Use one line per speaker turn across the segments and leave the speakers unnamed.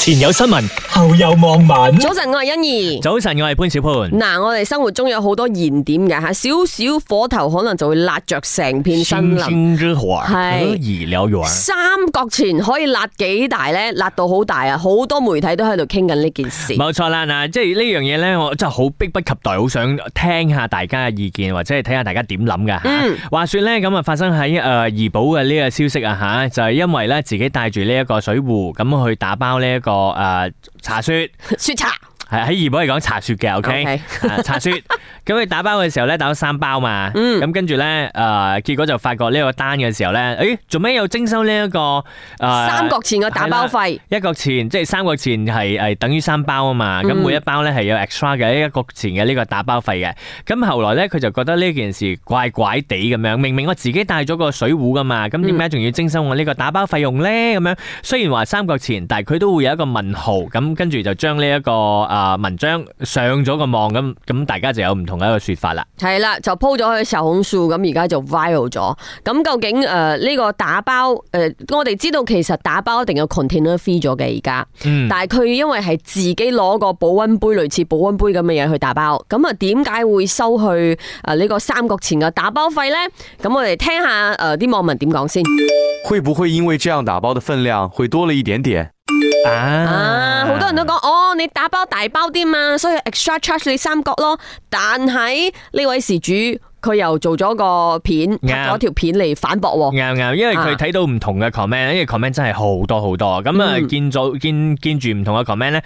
前有新聞，後有網民。
早晨，我係欣怡。
早晨，我係潘小潘。
嗱，我哋生活中有好多燃點嘅吓，少少火頭可能就會焫着成片森
星
林。
星之火
係
可以燎原。
三角錢可以焫幾大呢？焫到好大啊！好多媒體都喺度傾緊呢件事。
冇錯啦，嗱，即係呢樣嘢呢，我真係好迫不及待，好想聽下大家嘅意見，或者係睇下大家點諗噶
嗯
吓。話說呢，咁啊發生喺誒怡保嘅呢個消息啊吓，就係因為呢，自己帶住呢一個水壺咁去打包呢一個誒茶雪，
雪茶
係喺怡保嚟講茶雪嘅，OK。啊茶 雪，咁佢打包嘅時候咧打咗三包嘛，
嗯
咁跟住咧，诶、結果就發覺呢個單嘅時候咧，诶、做咩又徵收呢、一個诶、呃
三角錢嘅打包費
一角錢，即係三角錢係係等於三包啊嘛，咁
嗯
每一包咧係有 extra 嘅一角錢嘅呢個打包費嘅。咁後來咧佢就覺得呢件事怪怪地咁樣，明明我自己帶咗個水壺噶嘛，
嗯
咁點解仲要徵收我呢個打包費用咧？咁樣雖然話三角錢，但係佢都會有一個問號，咁跟住就將呢一個啊文章上咗個網，咁咁大家就有唔同嘅一個説法啦。
係啦，就鋪咗去小紅書，咁而家就 viral 咗。咁究竟诶呢個打包诶，呃我哋知道其實打包一定有 container fee 咗嘅而家。
嗯，
但係佢因為係自己攞個保温杯類似保温杯咁嘅嘢去打包，咁啊點解會收去诶呢個三角錢嘅打包費呢？咁我哋聽下诶啲網民點講先
会不会因为这样打包的分量会多了一点点？
啊！好多人都講哦，你打包大包啲嘛，所以 extra charge 你三角咯。但係呢位事主佢又做咗個片，拍咗條片嚟反駁喎。
啱啱，因為
啊
佢睇到唔同嘅 comment，因為 comment 真係好多好多，咁啊
嗯
見到見見住唔同嘅 comment 咧，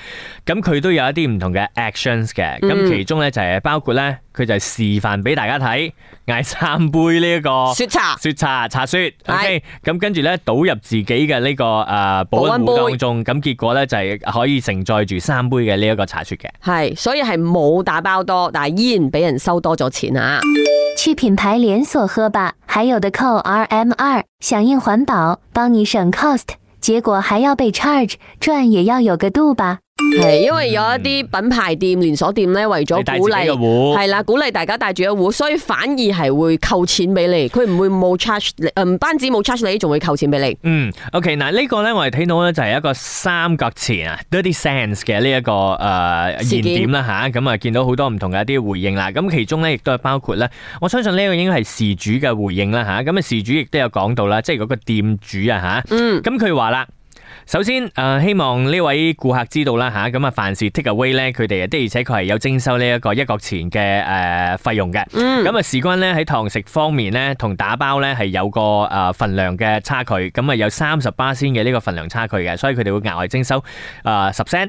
咁佢都有一啲唔同嘅 actions 嘅，
嗯
咁其中咧就係包括咧，佢就係示範俾大家睇，嗌三杯呢一個
雪茶
雪茶茶雪
係
，OK，咁跟住咧倒入自己嘅呢個誒保温
保
壺
溫杯
當中，咁結果咧就係可以承載住三杯嘅呢一個茶雪嘅。
係，所以係冇打包多，但係依然俾人收多咗錢啊！
去品牌连锁喝吧，还有的扣 RM 二，响应环保，帮你省 cost，结果还要被 charge，赚也要有个度吧。
係因為有一啲品牌店、連鎖店咧，為咗
你帶自
鼓
己嘅
勵。
壺。
系啦，鼓勵大家帶住一壺，所以反而係會扣錢俾你，佢唔會冇 charge 你，呃唔單止冇 charge 你，仲會扣錢俾你。
嗯，OK，嗱呢個咧，我哋睇到咧就係一個三角錢啊，Dirty Sense 嘅呢一個
事
誒
件
燃點啦吓，咁啊見到好多唔同嘅一啲回應啦，咁其中咧亦都係包括咧，我相信呢個應該係事主嘅回應啦吓，咁啊事主亦都有講到啦，即係嗰個店主啊吓，
嗯
咁佢話啦。首先，誒、呃希望呢位顧客知道啦吓，咁啊凡事 take away 咧，佢哋啊的而且確係有徵收呢一個一角錢嘅誒費用嘅。
嗯，
咁啊，事關咧喺堂食方面咧，同打包咧係有個誒份量嘅差距，咁啊有三十巴仙嘅呢個份量差距嘅，所以佢哋會額外徵收誒十 cent。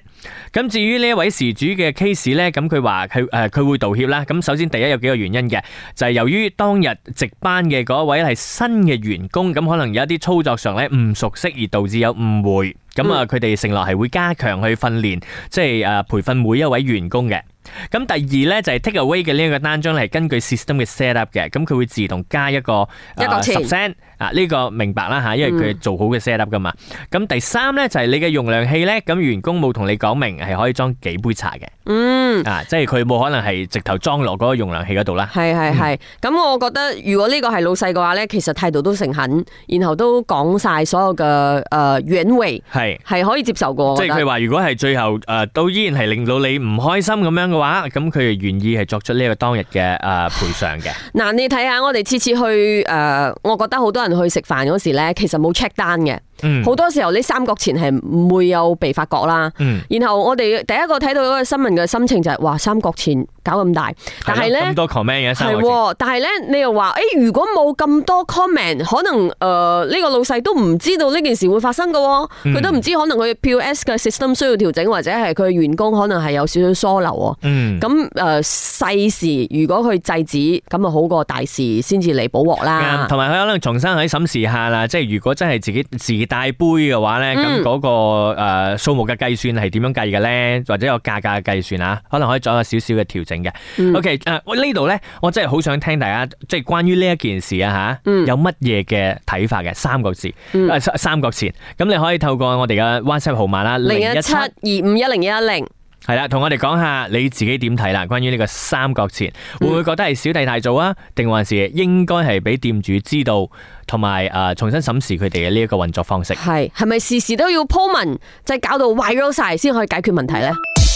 咁至於呢一位事主嘅 case 咧，咁佢話佢誒佢會道歉啦。咁首先第一有幾個原因嘅，就係由於當日值班嘅嗰一位係新嘅員工，咁可能有一啲操作上咧唔熟悉而導致有誤會。咁啊，佢哋承諾係會加強去訓練，即係誒培訓每一位員工嘅。咁第二咧就係 take away 嘅呢一個單張係根據 system 嘅 set up 嘅，咁佢會自動加一個
一角
十
錢
percent 啊，呢個明白啦嚇，因為佢做好嘅 set up 噶嘛。咁第三咧就係你嘅容量器咧，咁員工冇同你講明係可以裝幾杯茶嘅，
嗯，
啊，即係佢冇可能係直頭裝落嗰個容量器嗰度啦。
係係
嗯
係。咁我覺得如果呢個係老細嘅話咧，其實態度都誠懇，然後都講晒所有嘅诶原味，
係。
係可以接受嘅。
即係佢
係
話，如果係最後誒、呃都依然係令到你唔開心咁樣嘅話，咁佢係願意係作出呢個當日嘅誒賠償嘅。
嗱，你睇下我哋次次去诶、呃我覺得好多人去食飯嗰時咧，其實冇 check 單嘅，
嗯，
好，多時候呢三角錢係唔會有被發覺啦。
嗯，
然後我哋第一個睇到嗰個新聞嘅心情就係、哇三角錢搞咁大，但係
係咯咁
呢，
多 comment 嘅三
係
個字
喎，但係呢，你又話誒、欸如果冇咁多 comment，可能誒呃呢、個老細都唔知道呢件事會發生嘅喎，
嗯
佢都唔知可能佢 POS 嘅 system 需要調整，或者係佢員工可能係有少少疏漏喎。
嗯。
咁誒細事如果佢制止，咁啊好過大事先至嚟補鑊
啱
啦。
同埋佢可能重新喺審視下啦，即係如果真係自己自帶杯嘅話咧，咁
嗯
嗰、個誒數目嘅計算係點樣計嘅咧，或者有價格嘅計算啊，可能可以做一個少少嘅調整嘅。
嗯
OK，誒、我呢度咧，我真係好想聽大家即係關於呢一件事啊吓，
嗯
有乜嘢嘅睇法嘅三個字，
嗯
呃三三角錢。咁你可以透過我哋嘅 WhatsApp 號碼啦，
零一七二五一零一一零
系啦，同我哋講下你自己點睇啦，關於呢個三角錢，
嗯
會唔會覺得係小弟大做啊？定還是應該係俾店主知道，同埋诶重新審視佢哋嘅呢一个运作方式？
系系咪事事都要鋪文，即係搞到 viral 晒先可以解決問題咧？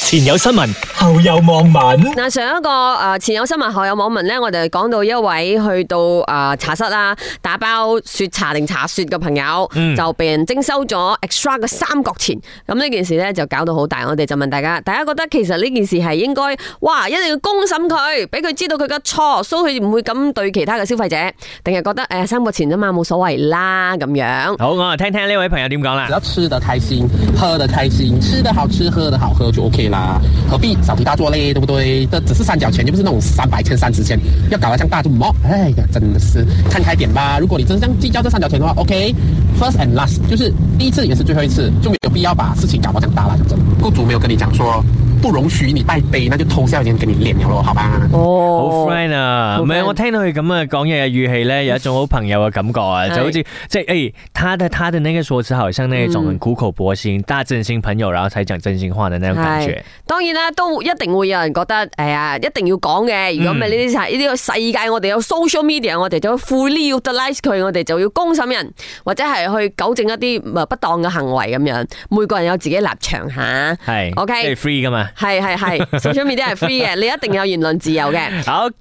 前有新闻，后有望文。
嗱，上一個诶、呃前有新聞後有網民咧，我哋講到一位去到诶、呃茶室啦，打包雪茶定茶雪嘅朋友，
嗯
就被人徵收咗 extra 嘅三角錢。咁呢件事咧就搞到好大，我哋就問大家，大家覺得其實呢件事係應該哇一定要公審佢，俾佢知道佢嘅錯，所以佢唔會咁對其他嘅消費者，定係覺得诶、呃三角錢啫嘛，冇所謂啦咁樣。
好，我哋聽聽呢位朋友點講啦
只。要吃得开心，喝得开心，吃得好吃，喝得好喝就 OK 啦，何必小题大做嘞，对不对？这只是三角钱，又不是那种三百千、三十千，要搞得像大做么？哎呀，真的是看开点吧。如果你真这样计较这三角钱的话，OK，first、and last 就是第一次也是最后一次，就没有必要把事情搞到这样大了。讲真的，雇主没有跟你讲说不容许你带杯，那就偷笑一点给你脸了咯，好吧？
哦
好 friend 啊，
好
唔係
friend
我聽到佢咁嘅講嘢嘅語氣咧，有一種好朋友嘅感覺啊，
係
就好似即係誒，他的他的那個說辭好像那種很苦口婆心、大真心朋友，然後才講真心話的那種感覺。
當然啦，都一定會有人覺得，哎呀，一定要講嘅。
嗯
如果唔係呢啲世呢個世界，我哋有 social media，我哋就要 fully utilize 佢，我哋就要公審人，或者係去糾正一啲呃不當嘅行為咁樣。每個人有自己立場吓，
係即係
OK
free 噶嘛。
係係 係 social media 係 free 嘅，你一定有言論自由嘅。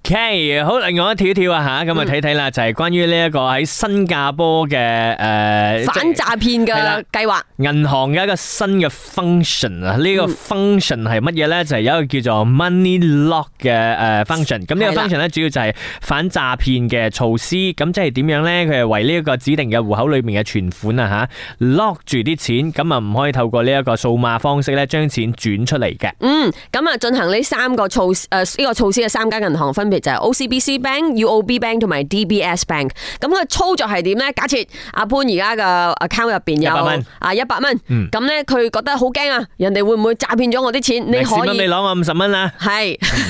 OK，好，另外一跳一跳啊吓，咁啊睇睇啦，就係關於呢一個喺新加坡嘅诶
反詐騙
係啦
嘅計劃，
銀行嘅一個新嘅 function 啊，呢個 function 係乜嘢呢？就係有一個叫做 money lock 嘅誒 function。咁呢個
係啦
function 咧，主要就係反詐騙嘅措施。咁即係點樣呢？佢係為呢一個指定嘅戶口裏面嘅存款啊嚇 lock 住啲錢，咁啊唔可以透過呢一個數碼方式咧將錢轉出嚟嘅。
嗯，咁啊進行呢三個措誒呢、個措施嘅三間銀行分別就係 OCBC Bank、UOB Bank 同埋 DBS Bank。咁佢操作係點咧？假設阿潘而家嘅 account 入邊
100蚊
有啊一百蚊
嗯，
咁咧佢覺得好驚啊！人哋會唔會詐騙咗我啲錢？你
maximum
可以
你。攞我五十蚊啦。
系，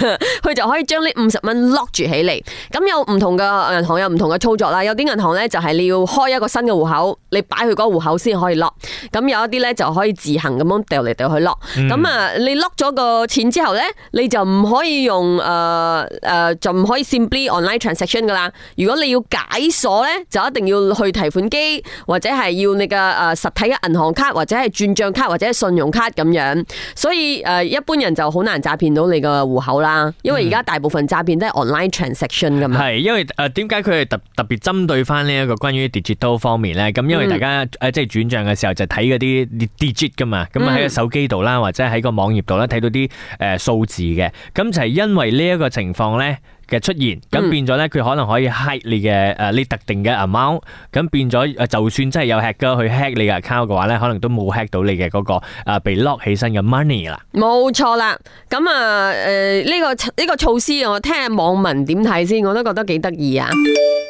佢就可以將呢五十蚊 lock 住起嚟。咁有唔同嘅銀行有唔同嘅操作啦，有啲銀行咧就係你要開一個新嘅戶口，你擺去嗰個戶口先可以 lock。咁有一啲咧就可以自行咁樣掉嚟掉去 lock。咁啊、你 lock 咗個錢之後咧，你就唔可以用誒誒、呃呃就唔可以 simply online transaction 噶啦。如果你要解鎖咧，就一定要去提款機，或者係要你嘅誒、呃、實體嘅銀行卡，或者係轉帳卡，或者係信用卡咁樣。所以誒、呃一般人就好難詐騙到你個戶口啦，因為而家大部分詐騙都係 online transaction 噶嘛。
係，因為誒點解佢係特特別針對翻呢一個關於 digital 方面咧？咁因為
嗯
大家誒、呃即係轉帳嘅時候就睇嗰啲 digit 噶嘛，咁喺個
嗯
手機度啦，或者喺個網頁度啦睇到啲誒、呃、數字嘅，咁就係因為呢一個情況咧。嘅出現，咁
嗯
變咗咧，佢可能可以 hack 你嘅誒、呃你特定嘅 amount，咁變咗誒，就算真係有 hacker 去 hack 你嘅 account 嘅話咧，可能都冇 hack 到你嘅嗰、個、呃、被 lock 起身嘅 money 啦。
冇錯啦，咁啊，诶、呢、個呢、個措施，我聽下網民點睇先，我都覺得幾得意啊。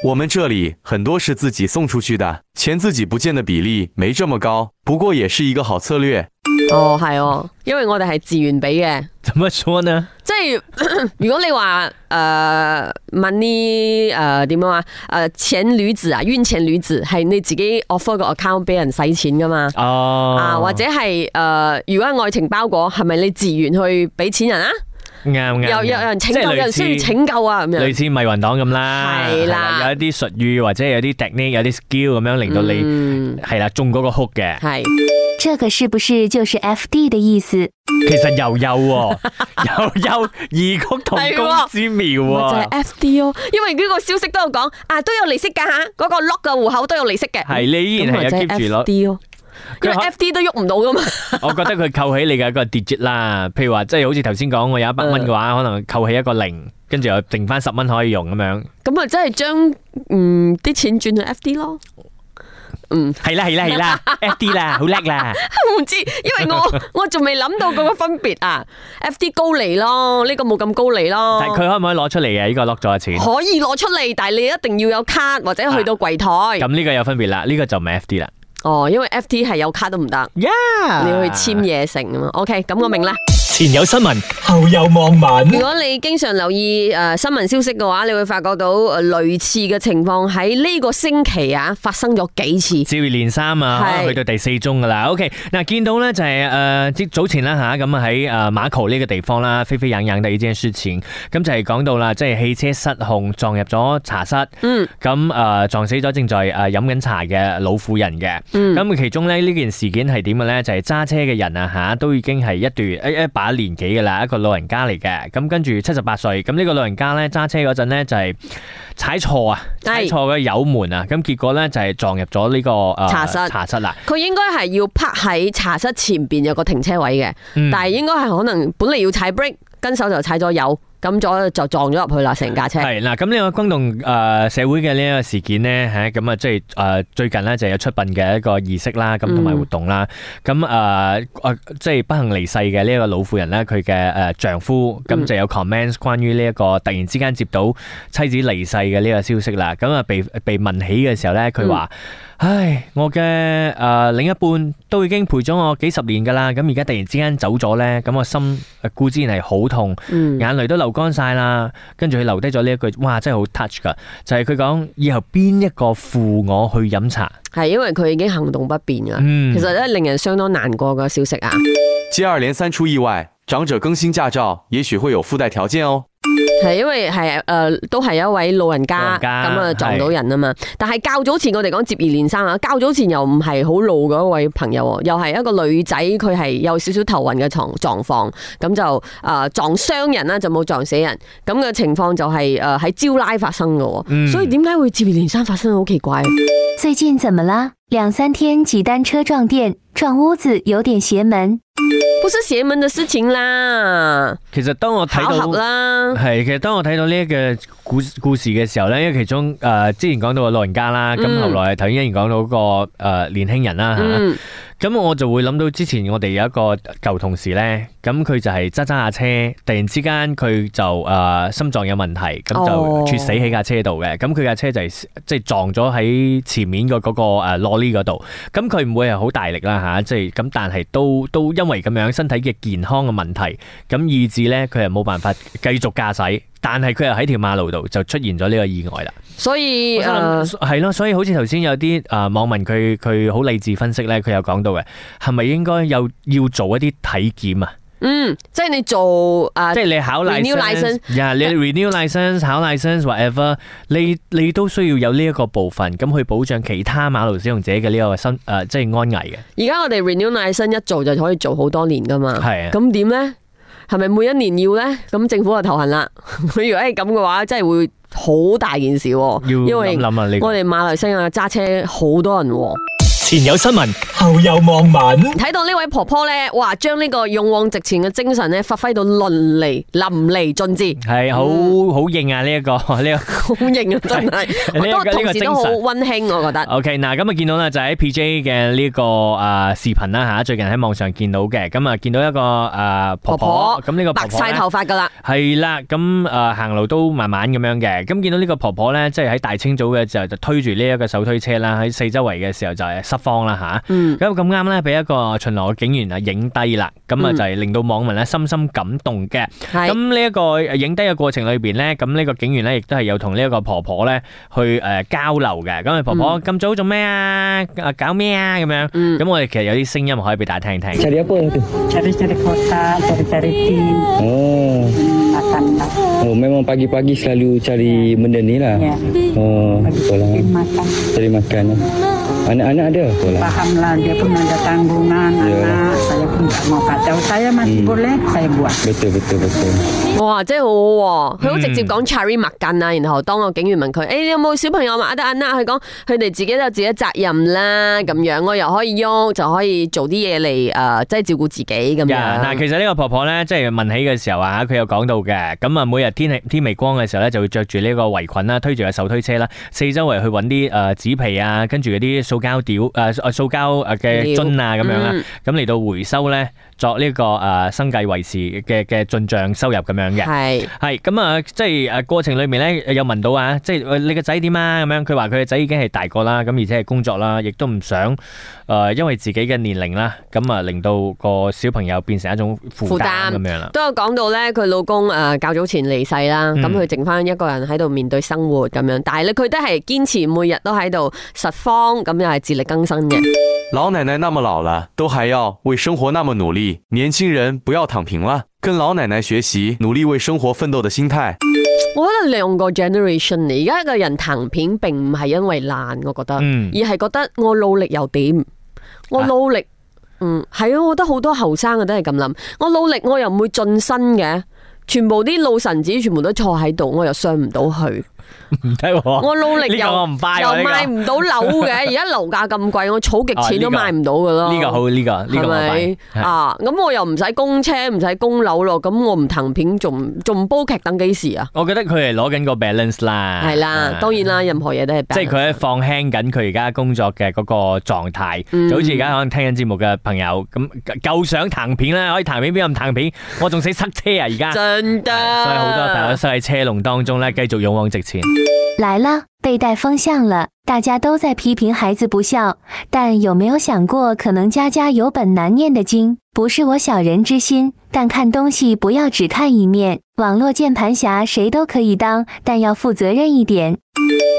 我们这里很多是自己送出去的，钱自己不见的比例没这么高，不过也是一个好策略。
哦，係哦，因為我哋係自愿俾嘅，
怎麼說呢？
即係 如果你話呃诶問呢诶点样啊，诶、錢女子啊，冤錢女子係你自己 offer 個 account 俾人使錢噶嘛。
哦，
啊，或者係诶、呃如果係愛情包裹，係咪你自愿去俾錢人啊？
啱啱
有有
啱
有人拯救，
即係
有
類
人需要
似
拯救啊，咁
類
樣。
似迷魂黨咁啦，
係啦
係有一啲術語或者有啲 technique、有啲 skill 咁樣令到你
嗯，
係啦中嗰個 hook 嘅，
係。
这个是不是就是 FD 的意思？
其實又有 喎，又有異曲同工之妙
咪就係
喎。
F D 咯，因為呢個消息都有講啊，都有利息㗎吓，嗰、個 lock 嘅戶口都有利息嘅。
係你依然係有 keep 住
F
攞，
D 咯，
佢
因為
可
F D 都喐唔到噶 嘛。
我覺得佢扣起你嘅一個 digit 啦，譬如話即係好似頭先講，我有一百蚊嘅話，可能扣起一個零，跟住又剩翻十蚊可以用咁樣。
咁啊，真係將嗯啲錢轉去 F D 咯。
係啦係啦係啦，FD 啦，好叻啦。
我唔知，因為我我仲未諗到嗰個分別啊。F à. D 高利咯，呢、個冇咁高利咯。
但係佢可唔可以攞出嚟嘅？呢個 lock 咗嘅錢，
可以攞出嚟，但係你一定要有卡或者去到櫃台。
咁呢個有分別啦，呢個就唔係 FD 啦。
Ờ, 哦，因為 F T 係有卡都唔得，
呀，À.
你要去簽嘢成啊嘛。OK，咁我明啦。
前有新聞，後有網
如
嗯
民。
果你經常留意誒、呃新聞消息嘅話，你會發覺到誒類似嘅情況喺呢個星期啊發生咗幾次。
接二連三啊，
係
可能去到第四宗噶啦。OK，嗱，見到咧就係、誒、即早前啦吓，咁啊喺誒馬球呢個地方啦，沸沸揚揚嘅呢件事情，咁就係講到啦，即係汽車失控撞入咗茶室，
嗯，
咁誒、撞死咗正在誒呃飲緊茶嘅老婦人嘅。
嗯
咁、其中咧呢件事件係點嘅咧？就係、揸車嘅人啊吓，都已經係一段一一把年紀嘅啦，一個老人家嚟嘅。咁跟住七十八歲，咁呢個老人家咧揸車嗰陣咧就係、踩錯啊，踩
係
錯嘅油門啊，咁結果咧就係撞入咗呢、個誒
茶室
茶室啦。
佢應該係要泊喺茶室前邊有個停車位嘅，
嗯
但係應該係可能本嚟要踩 brake，跟手就踩咗油，咁咗就撞咗入去啦，成架車。
係嗱，咁呢個轟動誒、呃社會嘅呢一個事件呢，嚇咁啊，即係誒最近呢就有出殯嘅一個儀式啦，咁同埋
嗯
活動啦，咁誒誒即係不幸離世嘅呢一個老婦人呢，佢嘅誒丈夫咁
嗯
就有 comments 關於呢一個突然之間接到妻子離世嘅呢個消息啦，咁啊被被問起嘅時候呢，佢話。唉，我嘅誒、呃另一半都已經陪咗我幾十年㗎啦，咁而家突然之間走咗呢，咁我心呃固之然係好痛，
嗯，
眼淚都流乾晒啦，跟住佢留低咗呢一句，哇，真係好 touch 噶，就係佢講以後邊一個扶我去飲茶，
係因為佢已經行動不便啊。
嗯，
其實咧，令人相當難過嘅消息啊！
接二连三出意外，长者更新驾照也许会有附带条件哦。
係因為係诶、呃都係一位老人
老
家
人
咁
家
啊撞到人啊嘛。但係較早前我哋講接二連三啊，較早前又唔係好老嗰位朋友喎，又係一個女仔，佢係有少少頭暈嘅狀狀況，咁就诶撞傷人啊啦，就冇撞死人。咁嘅情況就係诶喺招拉發生嘅喎，
嗯
所以點解會接二連三發生好奇怪？
最近怎么啦？两三天挤单车撞店、撞屋子，有点邪门。
不是邪門嘅事情啦，
其實當我睇
巧合
到。
啦。
係，其實當我睇到呢一個故故事嘅時候咧，因為其中誒、呃之前講到個老人家啦，咁、
嗯
後來頭先講到個誒、呃年輕人啦嚇，
嗯，
咁我就會諗到之前我哋有一個舊同事呢，咁佢就係揸揸下車，突然之間佢就誒、呃心臟有問題，咁
哦
就猝死喺架車度嘅。咁佢架車就係即係撞咗喺前面個嗰個誒 lorry 嗰度。咁佢唔會係好大力啦吓，即係咁，但係都都因為咁樣身體嘅健康嘅問題，咁以致呢，佢係冇辦法繼續駕駛。但係佢又喺條馬路度就出現咗呢個意外啦。
所以诶。呃
係咯，所以好似頭先有啲誒網民佢佢好理智分析咧，佢有講到嘅，係咪應該有要做一啲體檢啊？
嗯，即係你做啊
即係你考
Renew
license，呀你 renew license、考 license whatever，你你都需要有呢一個部分，咁去保障其他馬路使用者嘅呢個身誒，即係安危嘅。
而家我哋 renew license 一做就可以做好多年噶嘛，
係啊
咁點呢？係咪每一年要呢？咁政府就頭痕啦。 佢如果係咁嘅話，真係會好大件事喎，因
要
為
諗諗啊，呢個
我哋馬來西亞揸車好多人喎。
前有新聞，後有網民。
睇到呢位婆婆呢，哇，將呢個勇往直前嘅精神呢，發揮到淋漓淋漓盡致，
係好好應啊！呢一個呢個。
好型啊，真係。
呢一個
我都同時都好
呢個精神
温馨，我覺得。
OK，嗱，咁啊見到啦，就喺 PJ 嘅呢個啊視頻啦吓，最近喺網上見到嘅，咁啊見到一個啊婆婆，咁呢個
白
婆婆
晒
呢
頭髮㗎啦，
係啦，咁啊行路都慢慢咁樣嘅，咁見到呢個婆婆咧，即係喺大清早嘅時候就推住呢一個手推車啦，喺四周圍嘅時候就係失慌啦吓。
嗯，
咁咁啱咧，俾一個巡邏嘅警員啊影低啦，咁啊
嗯
就係令到網民咧深深感動嘅。
係。
咁呢一個影低嘅過程裏邊咧，咁呢個警員咧亦都係有同呢一個婆婆咧去誒交流嘅。咁啊婆婆咁早做咩啊？啊搞咩啊？咁樣。
嗯
咁我哋其實有啲聲音可以俾大家聽 聽。
Cari apa itu?
cari-cari kotak, cari-cari tin,
Oh,
makan lah.
oh memang pagi-pagi selalu cari benda ni lah.
Ya,
Oh, betul lah.
tin makan.
Cari makan. lah. Anak-anak ada? Betul lah.
Pahamlah dia pun ada tanggungan anak. Saya pun tak mau kacau. Saya masih boleh, saya buat.
Betul, betul, betul.
哇，真係好好喎！佢好直接
嗯
講 Cherry 麥近啊，然後當個警員問佢：，誒、你有冇小朋友麥得啊？佢講佢哋自己都有自己責任啦，咁樣我又可以喐，就可以做啲嘢嚟誒，即係照顧自己咁樣。
呀嗱，其實呢個婆婆咧，即係問起嘅時候啊，佢有講到嘅，咁啊每日天氣天微光嘅時候咧，就會着住呢個圍裙啦，推住個手推車啦，四周圍去揾啲誒紙皮啊，跟住嗰啲塑膠屌誒塑膠誒嘅
料
樽啊咁樣啦
嗯，
咁嚟到回收咧作呢、個誒、呃生計維持嘅嘅進帳收入咁樣嘅。
系
係咁啊，即係誒過程裏面咧，有問到啊，即係喂你個仔點啊咁樣，佢話佢個仔已經係大個啦，咁而且係工作啦，亦都唔想誒、呃因為自己嘅年齡啦，咁啊令到個小朋友變成一種負
負
擔
擔
咁樣啦。
都有講到咧，佢老公诶較早前離世啦，
嗯
咁佢剩翻一個人喺度面對生活咁樣，但係咧佢都係堅持每日都喺度實方，咁又係自力更生嘅。
老奶奶那么老了，都还要为生活那么努力，年轻人不要躺平了，跟老奶奶学习，努力为生活奋斗的心态。
我覺得兩個 generation 嚟，而家嘅人騰片並唔係因為爛，我覺得，
嗯
而係覺得我努力又點？我
啊
努力，嗯，係啊，我覺得好多後生嘅都係咁諗，我努力我又唔會晉身嘅。全部啲老臣子全部都坐喺度，我又上唔到去。
唔得喎，
我努力
呢
又
個我唔 buy 喎
又
呢個
買唔到樓 嘅，而家樓價咁貴，我儲極
啊
錢
呢
都
個
買唔到噶咯。
呢個好，呢個呢
係
個我
咪
明
啊？咁我又唔使供車，唔使供樓咯，咁我唔騰片，仲仲煲劇等幾時啊？
我覺得佢係攞緊個 balance 啦，
系啦
啊，
當然啦，任何嘢都係 balance。
即係佢喺放輕緊佢而家工作嘅嗰個狀態，就好似而家可能聽緊節目嘅朋友咁，夠想彈片啦，可以彈片邊有唔彈片？我仲死塞車啊而家，所
真得，
以好多朋友塞喺車龍當中咧，繼續勇往直前。
来了，被带风向了。大家都在批评孩子不孝，但有没有想过，可能家家有本难念的经？不是我小人之心，但看东西不要只看一面。网络键盘侠谁都可以当，但要负责任一点。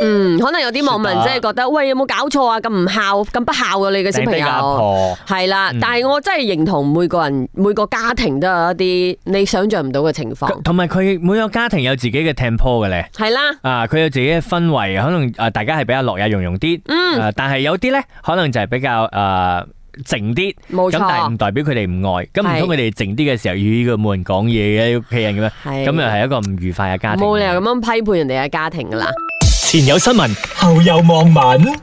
嗯，可能有啲網民
是吧
真係覺得，喂，有冇搞錯啊？咁唔孝，咁不孝啊嘅你嘅小朋
頂低個阿
友。
婆，
係啦
嗯，
但係我真係認同每個人每個家庭都有一啲你想象唔到嘅情況。
同埋佢每個家庭有自己嘅 tempo 嘅咧。
係啦，
啊，佢有自己嘅氛圍，可能啊大家係比較樂也融融啲，
嗯
啊但係有啲咧可能就係比較啊靜啲，
冇
咁但係唔
錯，
代表佢哋唔愛，咁唔
係
通佢哋靜啲嘅時候，咦佢冇人講嘢嘅屋企人咁樣，咁
係
又係一個唔愉快嘅家庭。
冇理由咁樣批判人哋嘅家庭噶啦。
前有新聞，後有網民。